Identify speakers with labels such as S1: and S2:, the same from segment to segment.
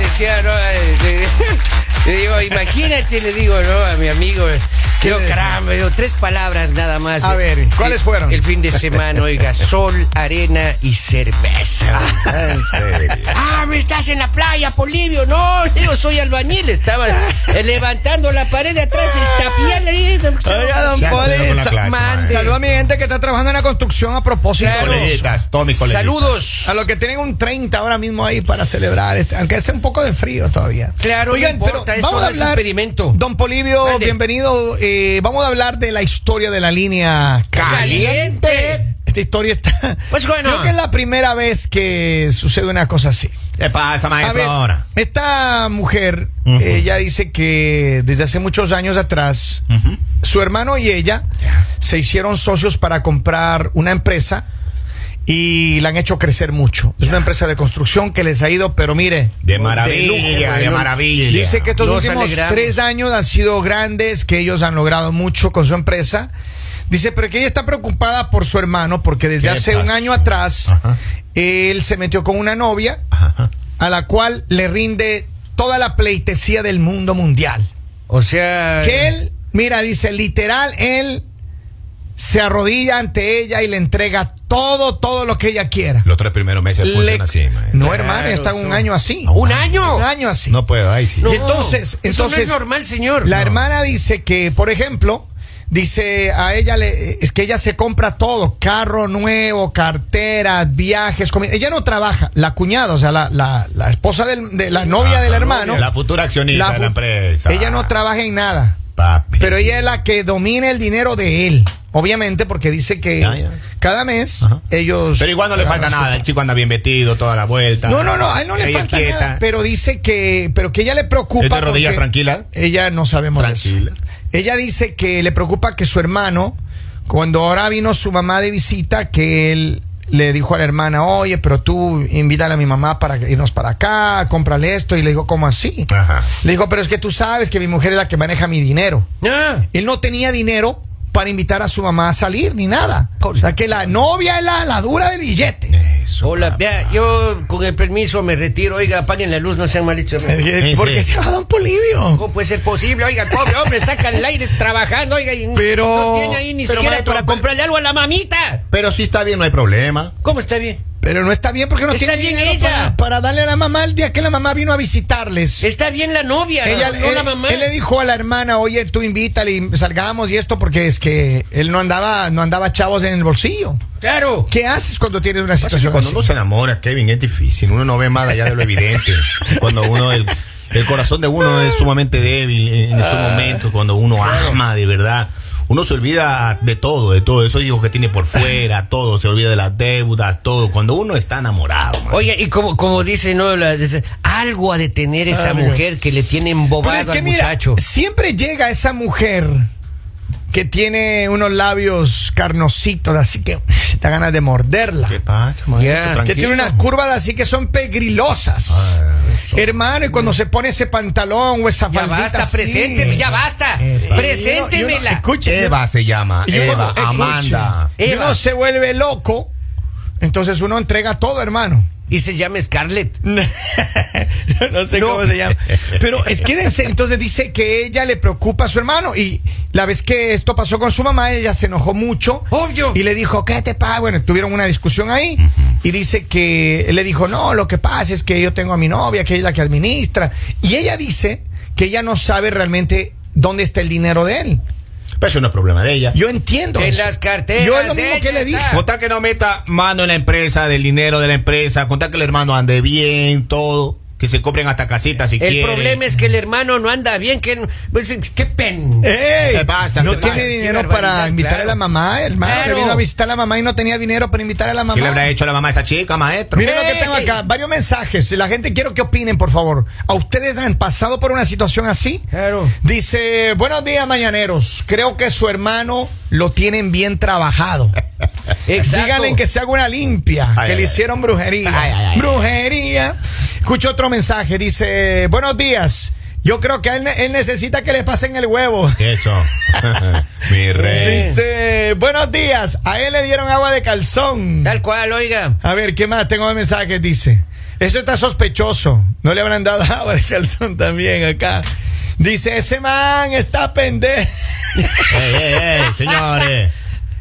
S1: decía, no, eh, le, le digo, imagínate, le digo, no, a mi amigo. eh,
S2: ¿Qué
S1: Digo,
S2: le decías?
S1: caramba, digo, tres palabras nada más.
S2: A
S1: eh,
S2: ver,
S1: el-
S2: ¿cuáles fueron?
S1: El fin de semana, oiga, sol, arena y cerveza.
S3: En serio.
S1: Ah, me estás en la playa, Polivio. No, digo, soy albañil. Estaba eh, levantando la pared de atrás, el tapial. eh,
S2: Oiga, don
S3: Ya se
S2: Poli,
S3: acabó la
S2: sa-
S3: clase,
S1: mande.
S3: maestro.
S2: Saluda a mi gente que está trabajando en la construcción a propósito.
S1: Claro.
S3: Coleguitas, Tommy, coleguitas.
S1: Saludos.
S2: A los que tienen un 30 ahora mismo ahí para celebrar, este, aunque hace un poco de frío todavía.
S1: Claro, no importa, eso no es impedimento.
S2: Don Polivio,
S1: Mande.
S2: bienvenido. Eh, vamos a hablar de la historia de la línea
S1: Caliente.
S2: caliente. Esta historia está.
S1: What's going
S2: Creo
S1: on?
S2: que es la primera vez que sucede una cosa así.
S3: ¿Qué pasa,
S2: A ver,
S3: maestro? Ahora.
S2: esta mujer,
S3: Ujú.
S2: ella dice que desde hace muchos años atrás,
S3: Ujú.
S2: su hermano y ella se hicieron socios para comprar una empresa y la han hecho crecer mucho. Es una empresa de construcción que les ha ido, pero mire.
S3: De maravilla, de,
S2: lujo.
S3: maravilla.
S2: Dice que estos
S1: Nos
S2: últimos
S1: alegramos.
S2: tres años han sido grandes, que ellos han logrado mucho con su empresa. Dice, pero que ella está preocupada por su hermano porque desde
S3: ¿Qué
S2: hace un
S3: pasó?
S2: año atrás
S3: Ajá.
S2: él se metió con una novia
S3: Ajá.
S2: a la cual le rinde toda la pleitesía del mundo mundial.
S1: O sea.
S2: Que él, mira, dice literal, él se arrodilla ante ella y le entrega todo, todo lo que ella quiera.
S4: Los tres primeros meses
S2: Le-
S4: funcionan así, maestro.
S2: No, hermano, está
S1: eso.
S2: un año así.
S1: ¿Un año?
S2: Un año así.
S3: No puedo, ahí sí.
S1: No,
S2: Y entonces-
S1: eso no es
S2: entonces-
S1: normal, señor.
S2: La
S1: No.
S2: hermana dice que, por ejemplo, dice a ella le, es que ella se compra todo, carro nuevo, carteras, viajes, comida. Ella no trabaja, la cuñada, o sea, la, la- la esposa del- de la novia
S3: Ah,
S2: del
S3: la
S2: hermano.
S3: novia, la futura accionista de la
S2: fu-
S3: empresa.
S2: Ella no trabaja en nada.
S3: Papi.
S2: Pero ella es la que domina el dinero de él. Obviamente, porque dice que
S3: Ya, ya.
S2: cada mes
S3: Ajá.
S2: ellos.
S3: Pero igual no le falta
S2: agarran su-
S3: nada. El chico anda bien vestido, toda la vuelta.
S2: No, no, no, a él no le
S3: Ella
S2: falta
S3: quieta.
S2: nada. Pero dice que. Pero que ella le preocupa.
S3: ¿Está de rodillas
S2: porque-
S3: tranquila?
S2: Ella no sabemos
S3: Tranquila.
S2: eso. Ella dice que le preocupa que su hermano, cuando ahora vino su mamá de visita, que él le dijo a la hermana, oye, pero tú invítale a mi mamá para que- irnos para acá, cómprale esto. Y le dijo, ¿cómo así?
S3: Ajá.
S2: Le dijo, pero es que tú sabes que mi mujer es la que maneja mi dinero.
S1: Ah,
S2: Él no tenía dinero para invitar a su mamá a salir ni nada. O
S1: Correcto.
S2: sea que la novia es la, la dura del billete.
S3: Eso.
S1: hola,
S3: papi.
S1: vea, yo con el permiso me retiro. Oiga, apaguen la luz, no sean mal hechos.
S3: Sí,
S2: ¿Por qué
S3: sí.
S2: se va Don Polivio?
S1: ¿Cómo puede ser posible? Oiga, el pobre hombre, saca el aire trabajando. Oiga, y
S2: Pero-
S1: no tiene ahí ni
S3: pero,
S1: siquiera
S3: maestro,
S1: para
S3: pero-
S1: comprarle algo a la mamita.
S3: Pero sí está bien, no hay problema.
S1: ¿Cómo está bien?
S2: Pero no está bien porque no
S1: Está
S2: tiene
S1: bien
S2: dinero
S1: ella.
S2: Para, para darle a la mamá el día que la mamá vino a visitarles.
S1: Está bien la novia,
S2: Ella-
S1: no, no
S2: él,
S1: la mamá.
S2: él le dijo a la hermana, oye, tú invítale y salgamos y esto porque es que él no andaba, no andaba chavos en el bolsillo.
S1: Claro.
S2: ¿Qué haces cuando tienes una
S3: Pasa que
S2: situación
S3: Cuando
S2: así?
S3: uno se enamora, Kevin, es difícil. Uno no ve más allá de lo evidente. Cuando uno, el, el corazón de uno es sumamente débil en esos momentos. Cuando uno ama de verdad, uno se olvida de todo, de todo. Esos hijos que tiene por fuera, todo. Se olvida de las deudas, todo. Cuando uno está enamorado. man.
S1: Oye, y como, como dice, ¿no? La- dice, algo a detener esa mujer que le tiene
S2: Pero es
S1: embobado
S2: que
S1: al
S2: mira,
S1: muchacho.
S2: siempre llega esa mujer que tiene unos labios carnositos, así que te da ganas de morderla.
S3: ¿Qué pasa, maestro?
S1: Ya.
S3: Tranquilo. Ah.
S2: Que tiene unas curvas así que son pegrilosas. Hermano, y cuando se pone ese pantalón o esa
S1: Ya
S2: faldita
S1: basta,
S2: así.
S1: presénteme, ya basta.
S3: Epa.
S2: Yo no-
S1: Preséntemela.
S2: escuche, yo-
S3: Eva se llama.
S2: yo-
S3: Eva,
S2: escuche,
S3: Amanda.
S2: y
S1: Eva.
S2: uno se vuelve loco, entonces uno entrega todo, hermano.
S1: Y se llama Scarlett.
S2: no sé
S1: No.
S2: cómo se llama. Pero es que de- entonces dice que ella le preocupa a su hermano. Y la vez que esto pasó con su mamá, ella se enojó mucho.
S1: Obvio.
S2: Y le dijo, ¿qué te pasa? Bueno, tuvieron una discusión ahí. Y dice que él le dijo, no, lo que pasa es que yo tengo a mi novia, que ella es la que administra. Y ella dice que ella no sabe realmente dónde está el dinero de él.
S3: Pero eso no es problema de ella.
S2: Yo entiendo.
S1: En
S2: eso.
S1: las carteras,
S2: Yo es lo mismo
S1: ella
S2: que le
S1: está.
S2: dije.
S1: Ah.
S3: Contar que no meta mano en la empresa, del dinero de la empresa, contar que el hermano ande bien, todo, que se compren hasta casitas si
S1: El
S3: quieren.
S1: problema es que el hermano no anda bien. Que, pues, qué pen.
S2: ¡Ey!
S3: ¿Qué pasa?
S2: no
S3: ¿Qué
S2: tiene
S3: pasa?
S1: Qué
S2: dinero
S1: barbaridad,
S2: para invitar
S1: claro.
S2: a la mamá, hermano.
S1: Claro.
S2: Le vino a visitar a la mamá y no tenía dinero para invitar a la
S3: ¿Qué le habrá
S2: mamá.
S3: hecho la mamá a esa chica, maestro?
S2: Miren lo que
S1: ¡Ey!
S2: tengo acá, varios mensajes. La gente quiero que opinen, por favor. ¿A ustedes han pasado por una situación así?
S1: Claro.
S2: Dice, buenos días, mañaneros. Creo que su hermano lo tienen bien trabajado.
S1: Exacto.
S2: Díganle Eh, que se haga una limpia,
S3: Ay,
S2: que
S3: ay,
S2: le
S3: ay.
S2: hicieron brujería.
S3: Ay, ay, ay.
S2: brujería. Escucho otro mensaje, dice, buenos días. Yo creo que a él, ne- él necesita que le pasen el huevo.
S3: Eso. Mi rey.
S2: Dice, buenos días, a él le dieron agua de calzón.
S1: Tal cual, oiga.
S2: A ver, ¿qué más? Tengo mensajes, dice. Eso está sospechoso. No le habrán dado agua de calzón también acá. Dice, ese man está pendejo.
S3: Ey, ey, ey, señores.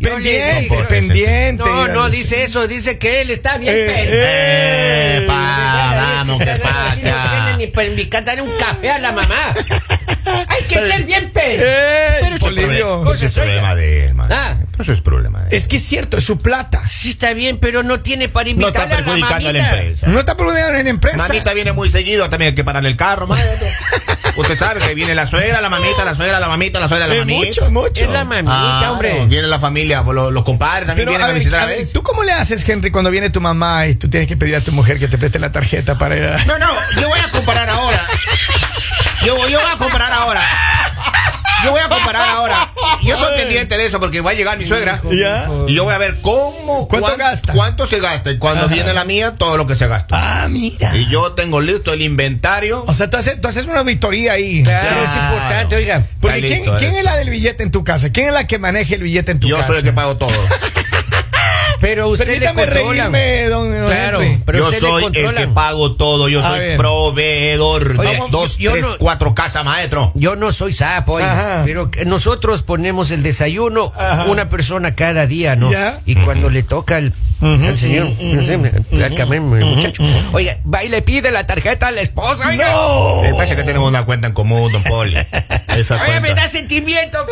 S1: No le
S2: pendiente,
S1: digo.
S2: pendiente.
S1: No, no, dice eso, dice que él está bien
S2: Eh,
S1: pendejo.
S2: eh,
S3: Epa, Ah, vamos, ¿qué
S1: Si no tiene
S3: pasa?
S1: ni para invitar darle un café a la mamá. Hay que ser bien pendejo.
S2: Eh,
S1: Pero eso-
S2: Polibio.
S3: Pero eso es problema de él, man.
S1: Ah.
S3: Pero eso es problema de él.
S2: Es que es cierto, es su plata.
S1: Sí está bien, pero no tiene para
S3: No
S1: invitar
S3: está
S1: a la
S3: perjudicando
S1: mamita.
S3: a la empresa.
S2: No está perjudicando en la empresa.
S3: Mamita viene muy seguido, también hay que pararle el carro, madre. Usted sabe que viene la suegra, la mamita, la suegra, la mamita, la suegra, la
S2: Eh,
S3: mamita. Ah,
S2: mucho, mucho.
S1: Es la mamita,
S3: Claro,
S1: hombre.
S3: Viene la familia, lo- los, compadres también
S2: Pero,
S3: vienen a,
S2: ver,
S3: visitar a
S2: a ver,
S3: veces.
S2: ¿tú cómo le haces, Henry, cuando viene tu mamá y tú tienes que pedir a tu mujer que te preste la tarjeta para ir a...
S3: No, no, yo voy a comparar ahora. Yo, voy- yo voy a comparar ahora. Yo voy a comparar ahora. Yo estoy pendiente de eso porque va a llegar mi suegra.
S2: Ya.
S3: Y yo voy a ver cómo.
S2: ¿Cuánto
S3: cuán-
S2: gasta?
S3: ¿Cuánto se gasta? Y cuando viene la mía, todo lo que se gasta.
S2: Ah, mira.
S3: Y yo tengo listo el inventario.
S2: O sea, tú haces, tú haces una auditoría ahí.
S1: Claro,
S3: Claro.
S1: es importante, oiga.
S2: Porque
S3: Está
S2: ¿quién,
S3: Ah, listo
S2: quién
S3: eso.
S2: es la del billete en tu casa? ¿Quién es la que maneja el billete en tu
S3: Yo
S2: casa?
S3: soy el que pago todo.
S1: Pero usted
S2: Permítame
S1: le controla.
S2: reírme, don- don
S1: claro,
S2: Henry.
S1: pero
S3: yo
S1: usted le
S3: soy el
S1: controla.
S3: que pago todo. Yo
S2: A
S3: soy
S2: ver.
S3: proveedor.
S1: Oye,
S3: Dos, dos,
S1: yo- yo
S3: tres,
S1: no-
S3: cuatro casas, maestro.
S1: Yo no soy sapo, oye,
S2: Ajá.
S1: pero que nosotros ponemos el desayuno
S2: Ajá.
S1: una persona cada día, ¿no?
S2: Ya.
S1: Y cuando le toca al, al señor, no sé, al camarero, muchacho, oiga, va y le pide la tarjeta a la esposa, oiga.
S2: ¡No!
S3: Me parece que tenemos una cuenta en común, don Poli. Esa
S1: Oiga, me
S3: cuenta.
S1: da sentimiento.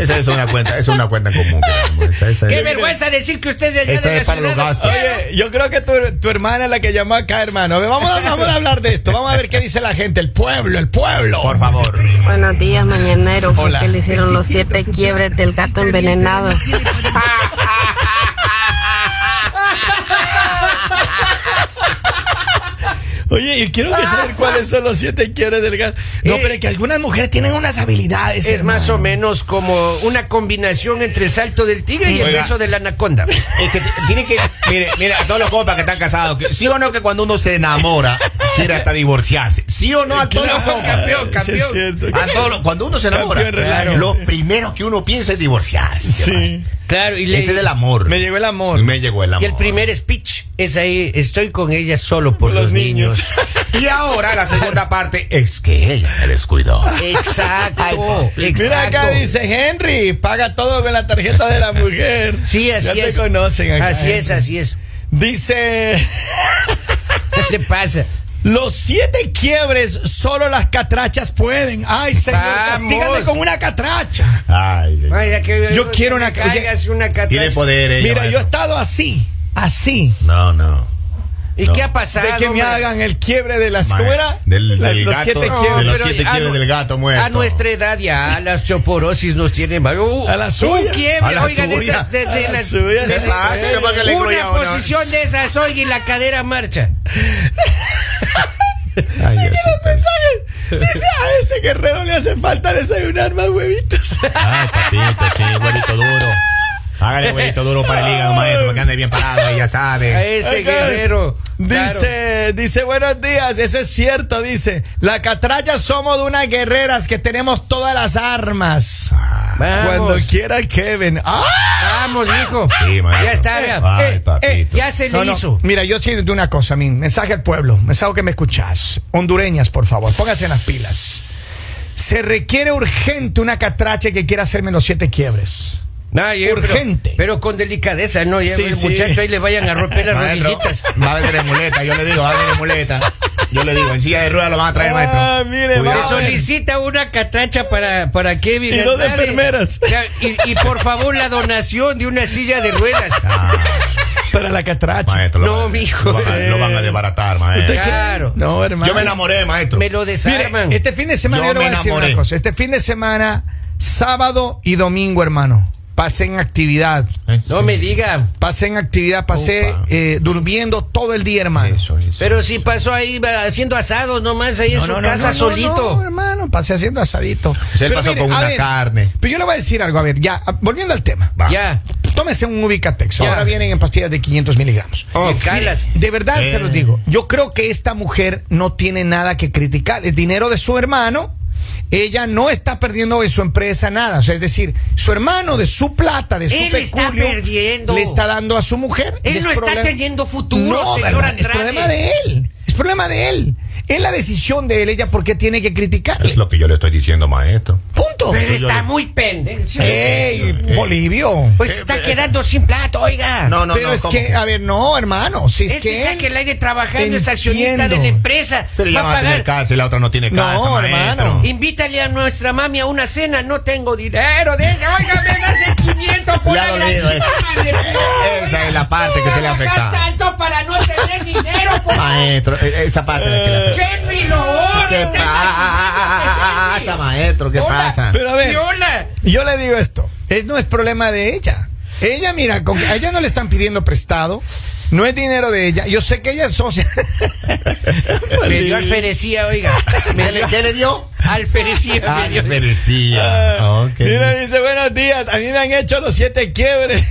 S3: Esa es una cuenta, es una cuenta en común. que tenemos. Esa- esa
S1: Qué
S3: es-
S1: vergüenza decir que usted es de allá
S3: Esa
S1: de la
S3: es para los
S1: ciudad.
S3: gastos.
S2: Oye, yo creo que tu, tu hermana es la que llamó acá, hermano. A ver, vamos, a- vamos a hablar de esto. Vamos a ver qué dice la gente. El pueblo, el pueblo.
S3: Por favor.
S4: Buenos días, mañanero.
S2: Hola.
S4: Porque le hicieron los siete quiebres del gato envenenado.
S2: Oye, yo quiero que saber cuáles son los siete quiebres del gas. No,
S1: Ah. Eh.
S2: pero que algunas mujeres tienen unas habilidades.
S1: Es
S2: hermano.
S1: más o menos como una combinación entre el salto del tigre y el
S3: Oiga.
S1: beso de la anaconda.
S3: Es que t- tiene que. Mire, mire, a todos los compas que están casados, que, ¿sí o no que cuando uno se enamora, quiere hasta divorciarse? ¿Sí o no a todos los
S1: Claro,
S3: compas?
S1: campeón,
S2: Sí, es
S1: campeón.
S2: cierto.
S3: A todos los- cuando uno se enamora,
S2: Campeón, relajo.
S3: lo primero que uno piensa es divorciarse.
S2: Sí.
S1: Claro, y
S3: man.
S1: le,
S3: Ese es el amor.
S2: Me llegó el amor.
S3: Me llegó el amor.
S1: Y el primer speech es ahí, estoy con ella solo por
S2: Los
S1: los,
S2: niños.
S1: niños.
S3: Y ahora la segunda parte es que ella me descuidó.
S1: Exacto,
S3: Ay, papi.
S1: exacto.
S2: Mira acá dice Henry, paga todo con la tarjeta de la mujer.
S1: Sí, así
S2: ya
S1: es.
S2: te conocen acá. ¿eh?
S1: Así es,
S2: Henry.
S1: así es.
S2: Dice,
S1: ¿Qué le pasa?
S2: los siete quiebres solo las catrachas pueden. Ay, señor,
S1: Vamos.
S2: castígame con una catracha.
S3: Ay,
S1: Ay, ya que-
S2: Yo quiero una-
S1: caigas una catracha.
S3: tiene poder ella.
S2: Mira, yo he
S3: maestro.
S2: estado así, así.
S3: No, no.
S1: ¿Y
S3: No.
S1: qué ha pasado?
S2: de que me
S1: hombre?
S2: hagan el quiebre de las
S3: Madre,
S2: cueras.
S3: del-
S2: La-
S3: del
S2: los
S3: gato,
S2: siete
S3: no,
S2: quiebres.
S3: de los
S1: pero
S3: siete
S1: a
S3: quiebres
S1: nu-
S3: del gato muerto.
S1: A nuestra edad ya la osteoporosis nos tiene mal. Uh,
S2: A la suya.
S1: Un quiebre,
S3: A la
S1: oiga, de
S3: suya.
S1: esa- de- de
S2: A la
S1: la-
S2: suya,
S1: de
S2: ¿qué
S1: la-
S2: pasa?
S1: de-
S3: ¿Para qué le incluye
S1: Una
S3: a una?
S1: posición de esas, oiga, y la cadera marcha.
S3: Ay,
S2: Y
S3: Diosito.
S2: los mensajes. Dice, a ese guerrero le hace falta desayunar más huevitos.
S3: Ay, papito, sí, huevito duro. Hágale huevito duro para el hígado, maestro, para que ande bien parado, ahí ya
S1: A
S3: sabe.
S1: ese
S2: Ok.
S1: guerrero. claro.
S2: Dice, dice, buenos días, eso es cierto, dice. La catralla somos de unas guerreras que tenemos todas las armas. Cuando
S1: Vamos,
S2: quiera Kevin. ¡Ah!
S1: vamos, mijo.
S3: Sí, maestro.
S1: ya está, vea.
S3: Ay,
S2: Eh, eh,
S3: papito.
S1: Ya se le
S2: No, no.
S1: hizo.
S2: Mira, yo sí de una cosa, mi mensaje al pueblo, mensaje que me escuchás. Hondureñas, por favor, pónganse en las pilas. Se requiere urgente una catrache que quiera hacerme los siete quiebres.
S1: No, yo- pero-
S2: Urgente.
S1: Pero, con delicadeza, ¿no? Ya
S2: Sí,
S1: el
S2: sí.
S1: muchacho ahí le vayan a romper las
S3: Maestro,
S1: rodillitas.
S3: va a vender en muleta, yo le digo, va a vender en muleta. Yo le digo, en silla de ruedas lo van a traer, maestro.
S2: Ah, mire,
S3: Cuidado.
S1: Se
S2: vamos.
S1: solicita una catracha para, para Kevin.
S2: Y dos
S1: Andrade.
S2: enfermeras.
S1: O sea, y, y por favor, la donación de una silla de ruedas.
S3: Ah,
S2: Para la catrache.
S3: maestro, lo
S1: No,
S3: van a-
S1: mijo.
S3: Lo van, a, lo van a desbaratar, maestro.
S1: ¿Usted Claro.
S2: No, hermano.
S3: Yo me enamoré, maestro.
S1: Me lo desarman.
S2: Mire, este fin de semana
S3: Yo
S2: yo, le voy a
S3: me
S2: decir una
S3: enamoré.
S2: cosa. Este fin de semana, sábado y domingo, hermano. Pasé en actividad.
S3: Eh,
S1: no
S3: sí.
S1: me diga.
S2: Pasé en actividad, pasé
S3: Opa.
S2: eh, durmiendo todo el día, hermano.
S3: Eso, eso.
S1: Pero si pasó ahí va, haciendo asados nomás ahí en su casa solito.
S2: no, hermano, pasé haciendo asadito.
S3: Pues él pasó con
S2: a
S3: una carne.
S2: Pero yo le voy a decir algo, a ver, ya, a- volviendo al tema.
S3: Va.
S1: Ya.
S2: Tómese un Ubicatex.
S1: Ya.
S2: Ahora vienen en pastillas de 500 miligramos.
S1: Y calas.
S2: De verdad
S3: Eh.
S2: se los digo. Yo creo que esta mujer no tiene nada que criticar. Es dinero de su hermano. Ella no está perdiendo de su empresa nada. O sea, es decir, su hermano de su plata, de su
S1: Él está
S2: peculio,
S1: perdiendo.
S2: le está dando a su mujer.
S1: Él
S2: Es
S1: no está
S2: problema-
S1: teniendo futuro,
S2: No,
S1: señor
S2: ¿verdad? Es
S1: Andrade.
S2: problema de él. Es problema de él. Es la decisión de él, ella, porque tiene que criticarle.
S3: Es lo que yo le estoy diciendo, maestro.
S2: Punto.
S1: Pero
S3: yo
S1: está
S3: le-
S1: muy pendejo.
S2: ¡Ey,
S3: eh,
S2: Bolivio!
S1: Pues está quedando sin plata, oiga.
S2: pero es
S3: ¿cómo?
S2: que, a ver, no, hermano. Si es
S1: Él
S2: que.
S1: se saca el aire trabajando, es accionista
S2: Entiendo.
S1: de la empresa. va
S3: Pero ya
S1: a
S3: no va a
S1: pagar.
S3: tener casa y la otra no tiene
S2: No,
S3: casa, maestro.
S2: hermano.
S1: Invítale a nuestra mami a una cena. No tengo dinero. Deja, oiga, me das el 500 por
S3: Ya
S1: la
S3: lo digo,
S1: gratuita,
S3: es-
S1: madre.
S3: esa es la parte
S1: ¿Cómo
S3: que te le
S1: trabajar
S3: afecta.
S1: tanto para no tener dinero, por
S3: Maestro, e- esa parte es la que le afecta.
S1: ¡Henry Lord!
S3: ¿Qué pasa, maestro? ¿Qué pasa?
S2: Pero a ver.
S1: Viola.
S2: Yo le digo esto, es, no es problema de ella. Ella, mira, con, a ella no le están pidiendo prestado, no es dinero de ella. Yo sé que ella es socia.
S3: Pues
S1: Me dio alferecía, oiga. Me
S3: ¿Qué le,
S1: dio
S3: qué le dio?
S1: alferecía. me dio.
S2: Ah,
S3: Alferecía. Ah, Ok.
S2: dice, buenos días, a mí me han hecho los siete quiebres.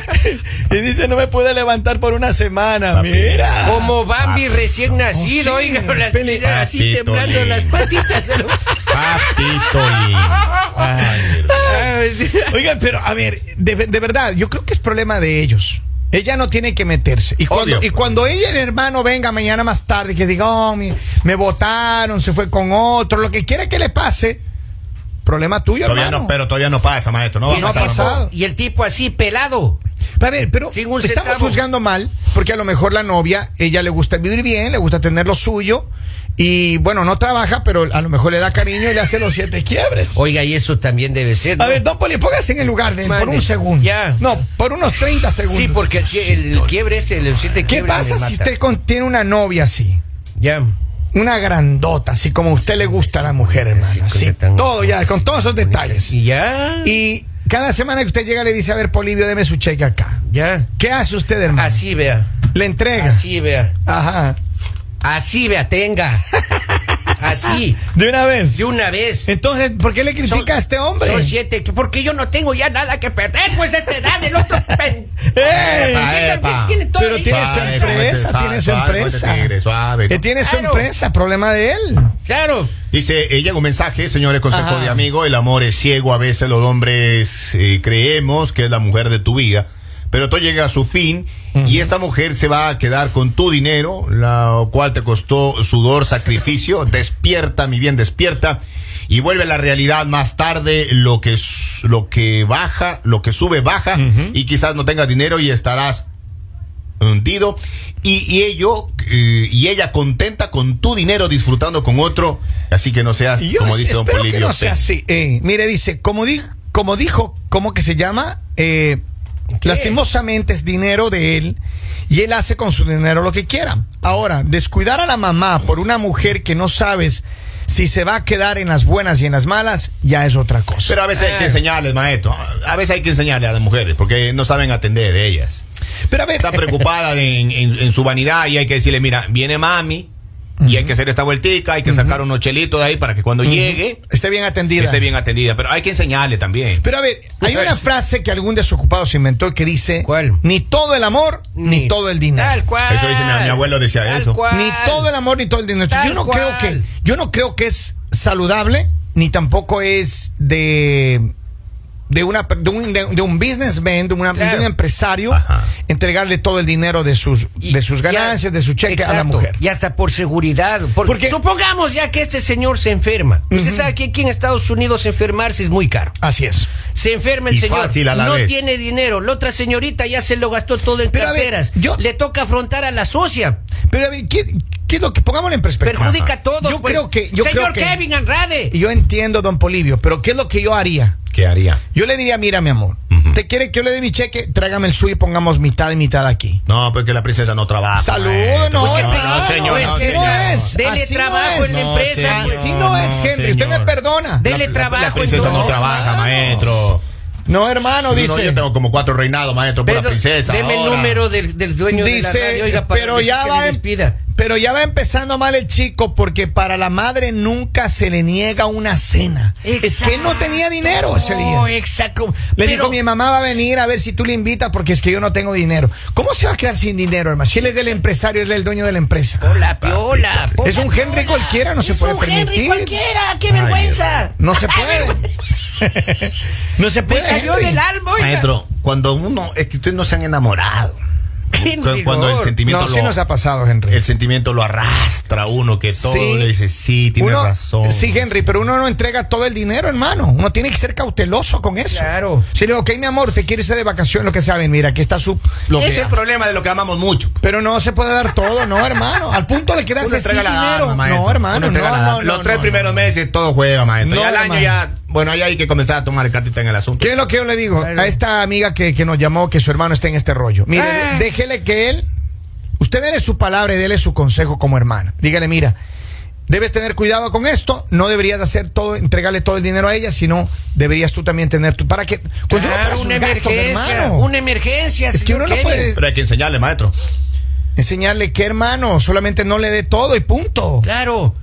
S2: y dice, no me pude levantar por una semana.
S3: Papi. Mira.
S1: Como
S3: Ah,
S1: Bambi
S3: oh,
S1: recién nacido,
S2: sí,
S1: oiga, con las
S2: peli-
S1: piernas así
S3: Papito
S1: temblando
S3: lindo.
S1: las patitas. pero-
S3: Papito lindo. Ay, mi hermano.
S1: Ah, sí.
S2: Oigan, pero a ver, de, de verdad, yo creo que es problema de ellos. Ella no tiene que meterse. Y cuando,
S3: Obvio,
S2: y
S3: pues.
S2: cuando ella, el hermano, venga mañana más tarde, que diga, oh, mi- me votaron, se fue con otro, lo que quiera que le pase, problema tuyo,
S3: Todavía
S2: hermano.
S3: no, pero todavía no pasa, maestro. No va
S1: Y
S3: a
S1: el
S2: no ha
S3: pasar.
S1: tipo-
S2: pasado.
S1: Y el tipo así, pelado.
S2: A ver, pero
S1: Sin un
S2: estamos
S1: centavo.
S2: juzgando mal, porque a lo mejor la novia, ella le gusta vivir bien, le gusta tener lo suyo, y bueno, no trabaja, pero a lo mejor le da cariño y le hace los siete quiebres.
S1: Oiga, y eso también debe ser.
S2: A
S1: ¿no?
S2: ver, Don Poli, póngase en el lugar de él por
S1: Mande.
S2: un segundo.
S1: Ya.
S2: No, por unos 30 segundos.
S1: Sí, porque el, el quiebre es el, el siete
S2: ¿Qué
S1: quiebre
S2: pasa
S1: me mata.
S2: si usted con- tiene una novia así?
S1: Ya.
S2: Una grandota, así como a usted le gusta a la
S1: Sí,
S2: mujer, hermano.
S1: con
S2: Así,
S1: que tan-
S2: todo ya, con todos esos detalles.
S1: Y ya.
S2: Y cada semana que usted llega le dice, a ver, Polivio, deme su cheque acá.
S1: Ya.
S2: ¿Qué hace usted, hermano?
S1: Así vea.
S2: Le entrega.
S1: Así vea.
S2: Ajá.
S1: Así vea, tenga. Así.
S2: De una vez.
S1: De una vez.
S2: Entonces, ¿por qué le critica
S1: Son-
S2: a este hombre?
S1: Son siete. que- Porque yo no tengo ya nada que perder, pues a esta edad el otro. pen-
S2: ¡Ey!
S1: Sí,
S3: Epa,
S1: Tiene todo
S2: Pero
S1: el-
S2: tiene su
S3: Suave,
S2: empresa,
S3: suave,
S2: tiene su
S3: suave,
S2: empresa.
S3: suave, tigre, suave,
S2: Eh,
S3: ¿no?
S2: Tiene su
S1: Claro.
S2: empresa, problema de él.
S1: Claro.
S3: Dice, eh, llega un mensaje, señores, consejo
S2: Ajá.
S3: de amigo, el amor es ciego, a veces los hombres eh, creemos que es la mujer de tu vida, pero todo llega a su fin y esta mujer se va a quedar con tu dinero, la cual te costó sudor, sacrificio, despierta, mi bien, despierta y vuelve a la realidad más tarde, lo que, s- lo que baja, lo que sube, baja y quizás no tengas dinero y estarás hundido y, y ello eh, y ella contenta con tu dinero disfrutando con otro así que no seas
S2: Y yo
S3: como
S2: es-
S3: dice don
S2: espero que
S3: Polibio
S2: no sea así. Eh, mire, dice, como, di- como dijo, ¿cómo que se llama? Eh, lastimosamente es dinero de él y él hace con su dinero lo que quiera. Ahora, descuidar a la mamá por una mujer que no sabes si se va a quedar en las buenas y en las malas, ya es otra cosa.
S3: pero a veces
S2: Eh.
S3: hay que enseñarles maestro a veces hay que enseñarle a las mujeres porque no saben atender ellas
S2: Pero a ver,
S3: está preocupada en, en- en su vanidad y hay que decirle mira viene mami y hay que hacer esta vueltica hay que sacar unos chelitos de ahí para que cuando llegue
S2: esté bien atendida.
S3: esté bien atendida pero hay que enseñarle también
S2: Pero a ver, hay una frase que algún desocupado se inventó que dice,
S1: ¿Cuál?
S2: ni todo el amor, ni, todo el dinero.
S1: Tal cual.
S3: Eso dice mi- mi abuelo decía
S1: Tal
S3: eso.
S1: cual.
S2: ni todo el amor ni todo el dinero. Entonces,
S1: Tal
S2: yo no creo
S1: cual.
S2: que yo no creo que es saludable ni tampoco es de de una per- de un, de, de un businessman, de, una- de
S1: Claro.
S2: un empresario
S3: Ajá.
S2: entregarle todo el dinero de sus
S1: Y-
S2: de sus
S1: ya-
S2: ganancias, de su cheque a la
S1: exacto,
S2: mujer.
S1: Y hasta por seguridad. Porque,
S2: Porque-
S1: supongamos ya que este señor se enferma. Usted sabe que aquí en Estados Unidos enfermarse es muy caro.
S2: Así es.
S1: Se enferma el
S3: Y
S1: señor,
S3: fácil a la
S1: no
S3: vez.
S1: tiene dinero. La otra señorita ya se lo gastó todo en
S2: Pero a ver,
S1: carteras.
S2: yo-
S1: Le toca afrontar a la socia.
S2: Pero a ver, ¿qué, qué es lo que pongámoslo en perspectiva?
S1: Perjudica a
S2: Ajá.
S1: todos.
S2: Yo
S1: pues.
S2: creo que yo
S1: señor
S2: creo que-
S1: Kevin Andrade.
S2: yo entiendo Don Polivio, pero ¿qué es lo que yo haría?
S3: qué haría
S2: Yo le diría, mira, mi amor,
S3: Ujú.
S2: ¿te quiere que yo le dé mi cheque? Tráigame el suyo y pongamos mitad y mitad aquí.
S3: no porque la princesa no trabaja
S2: Saludos,
S3: maestro.
S2: no,
S3: Pues que
S2: hermano,
S3: no, señor,
S1: pues
S3: no,
S2: así
S1: señor.
S2: no
S3: señor.
S2: es.
S1: Dele
S2: así
S1: trabajo
S2: no
S1: en la
S2: No,
S1: empresa, pues.
S3: señor.
S2: Así no es,
S3: No,
S2: Henry. Usted
S3: señor.
S2: me perdona.
S1: Dele
S3: La- la-
S1: trabajo,
S3: La princesa no
S1: entonces.
S3: trabaja,
S2: Hermanos.
S3: maestro.
S2: No, hermano,
S3: No,
S2: dice.
S3: yo tengo como cuatro reinados, maestro, por la
S1: Pedro,
S3: princesa.
S1: Deme el
S3: ahora.
S1: número del, del dueño de la
S2: Dice,
S1: radio, oiga, para
S2: pero
S1: decir
S2: ya
S1: que
S2: va
S1: le
S2: a em-
S1: despida.
S2: Pero ya va empezando mal el chico porque para la madre nunca se le niega una cena. Es que no tenía dinero ese día.
S1: No, exacto.
S2: Le
S1: Pero-
S2: dijo, mi mamá va a venir a ver si tú le invitas porque es que yo no tengo dinero. ¿Cómo se va a quedar sin dinero, hermano? Si él es del empresario, él es el dueño de la empresa.
S1: Pola, piola. pola,
S2: Ah, Es un Henry
S1: piola.
S2: cualquiera, no se puede
S1: Es un Henry
S2: permitir.
S1: cualquiera, qué
S3: Ay,
S1: vergüenza.
S2: No se puede. no se
S1: Me
S2: puede.
S1: salió
S2: Henry.
S1: del alma, oiga.
S3: Maestro, cuando uno, es que ustedes no se han enamorado.
S1: Qué
S3: Cu- Cuando el
S1: rigor.
S3: sentimiento
S2: No,
S3: lo,
S2: sí nos ha pasado, Henry.
S3: el sentimiento lo arrastra a uno, que todo
S2: Sí.
S3: le dice, sí, tiene
S2: Uno-
S3: razón.
S2: Sí, Henry, pero uno no entrega todo el dinero, hermano. Uno tiene que ser cauteloso con eso.
S1: Claro.
S2: Si le digo, ok, mi amor, te quieres ir de vacaciones, lo que saben, mira, aquí está su. lo
S3: es
S2: que-
S3: el problema de lo que amamos mucho.
S2: Pero no se puede dar todo, no, hermano. Al punto de
S3: Uno
S2: quedarse sin
S3: entrega la
S2: dinero.
S3: alma, maestro.
S2: no, hermano.
S3: Uno entrega
S2: no,
S3: la
S2: no,
S3: alma. Los
S2: no,
S3: tres
S2: no,
S3: primeros meses todo juega, maestro.
S2: No,
S3: ya al año
S2: hermano.
S3: ya, bueno, ahí hay que comenzar a tomar cartita en el asunto.
S2: ¿Qué es lo que yo le digo
S1: Claro.
S2: a esta amiga que, que nos llamó que su hermano está en este rollo? Mire,
S1: Ah.
S2: déjele que él, usted déle su palabra y déle su consejo como hermana. Dígale, mira, debes tener cuidado con esto, no deberías hacer todo, entregarle todo el dinero a ella, sino deberías tú también tener tu para que cuando uno
S1: Claro,
S2: paga sus
S1: una
S2: gastos,
S1: emergencia.
S2: pues,
S1: em-
S2: hermano,
S1: Una emergencia.
S2: Es que
S1: señor
S2: uno no
S1: Kevin.
S2: puede-
S3: Pero hay que enseñarle, maestro.
S2: enseñarle que hermano, solamente no le dé todo y punto,
S1: Claro.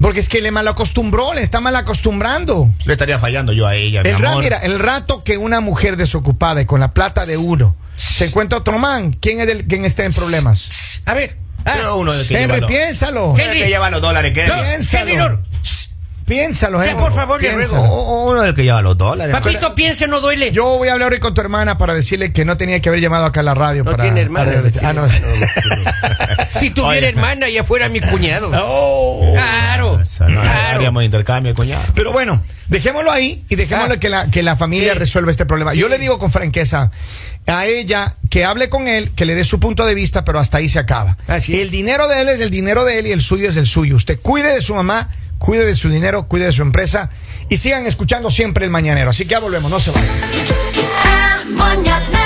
S2: porque es que le mal acostumbró, le está mal acostumbrando.
S3: Le estaría fallando yo a ella, mi
S2: El, ra-
S3: amor.
S2: mira, el rato que una mujer desocupada y con la plata de uno se encuentra otro man, ¿quién es el quién está en problemas?
S1: A ver. ah,
S3: Pero uno es el que lleva
S2: Henry,
S3: los-
S2: piénsalo.
S3: uno es el que lleva los dólares, ¿qué?
S1: no,
S2: piénsalo.
S1: Henry, no.
S2: Piénsalo,
S1: Ya,
S2: Henry.
S1: por favor, le
S2: Piénsalo.
S1: ruego.
S3: O- Uno es el que lleva los dólares.
S1: Papito, piense, no duele.
S2: Yo voy a hablar hoy con tu hermana para decirle que no tenía que haber llamado acá a la radio
S1: No
S2: para.
S1: tiene hermana,
S2: para-
S1: no tiene
S2: ah, no.
S1: si tuviera
S3: Oye.
S1: hermana, ya fuera mi cuñado.
S2: Oh.
S1: Claro.
S3: Esa, no,
S1: claro.
S3: Haríamos intercambio, cuñado.
S2: Pero bueno, dejémoslo ahí y dejémoslo
S1: Ah.
S2: que, la, que la familia
S1: Sí.
S2: resuelva este problema. Yo le digo con franqueza a ella que hable con él, que le dé su punto de vista, pero hasta ahí se acaba.
S1: Así es.
S2: el dinero de él es el dinero de él y el suyo es el suyo. Usted cuide de su mamá, cuide de su dinero, cuide de su empresa y sigan escuchando siempre el mañanero. Así que ya volvemos, no se vayan.
S5: El mañanero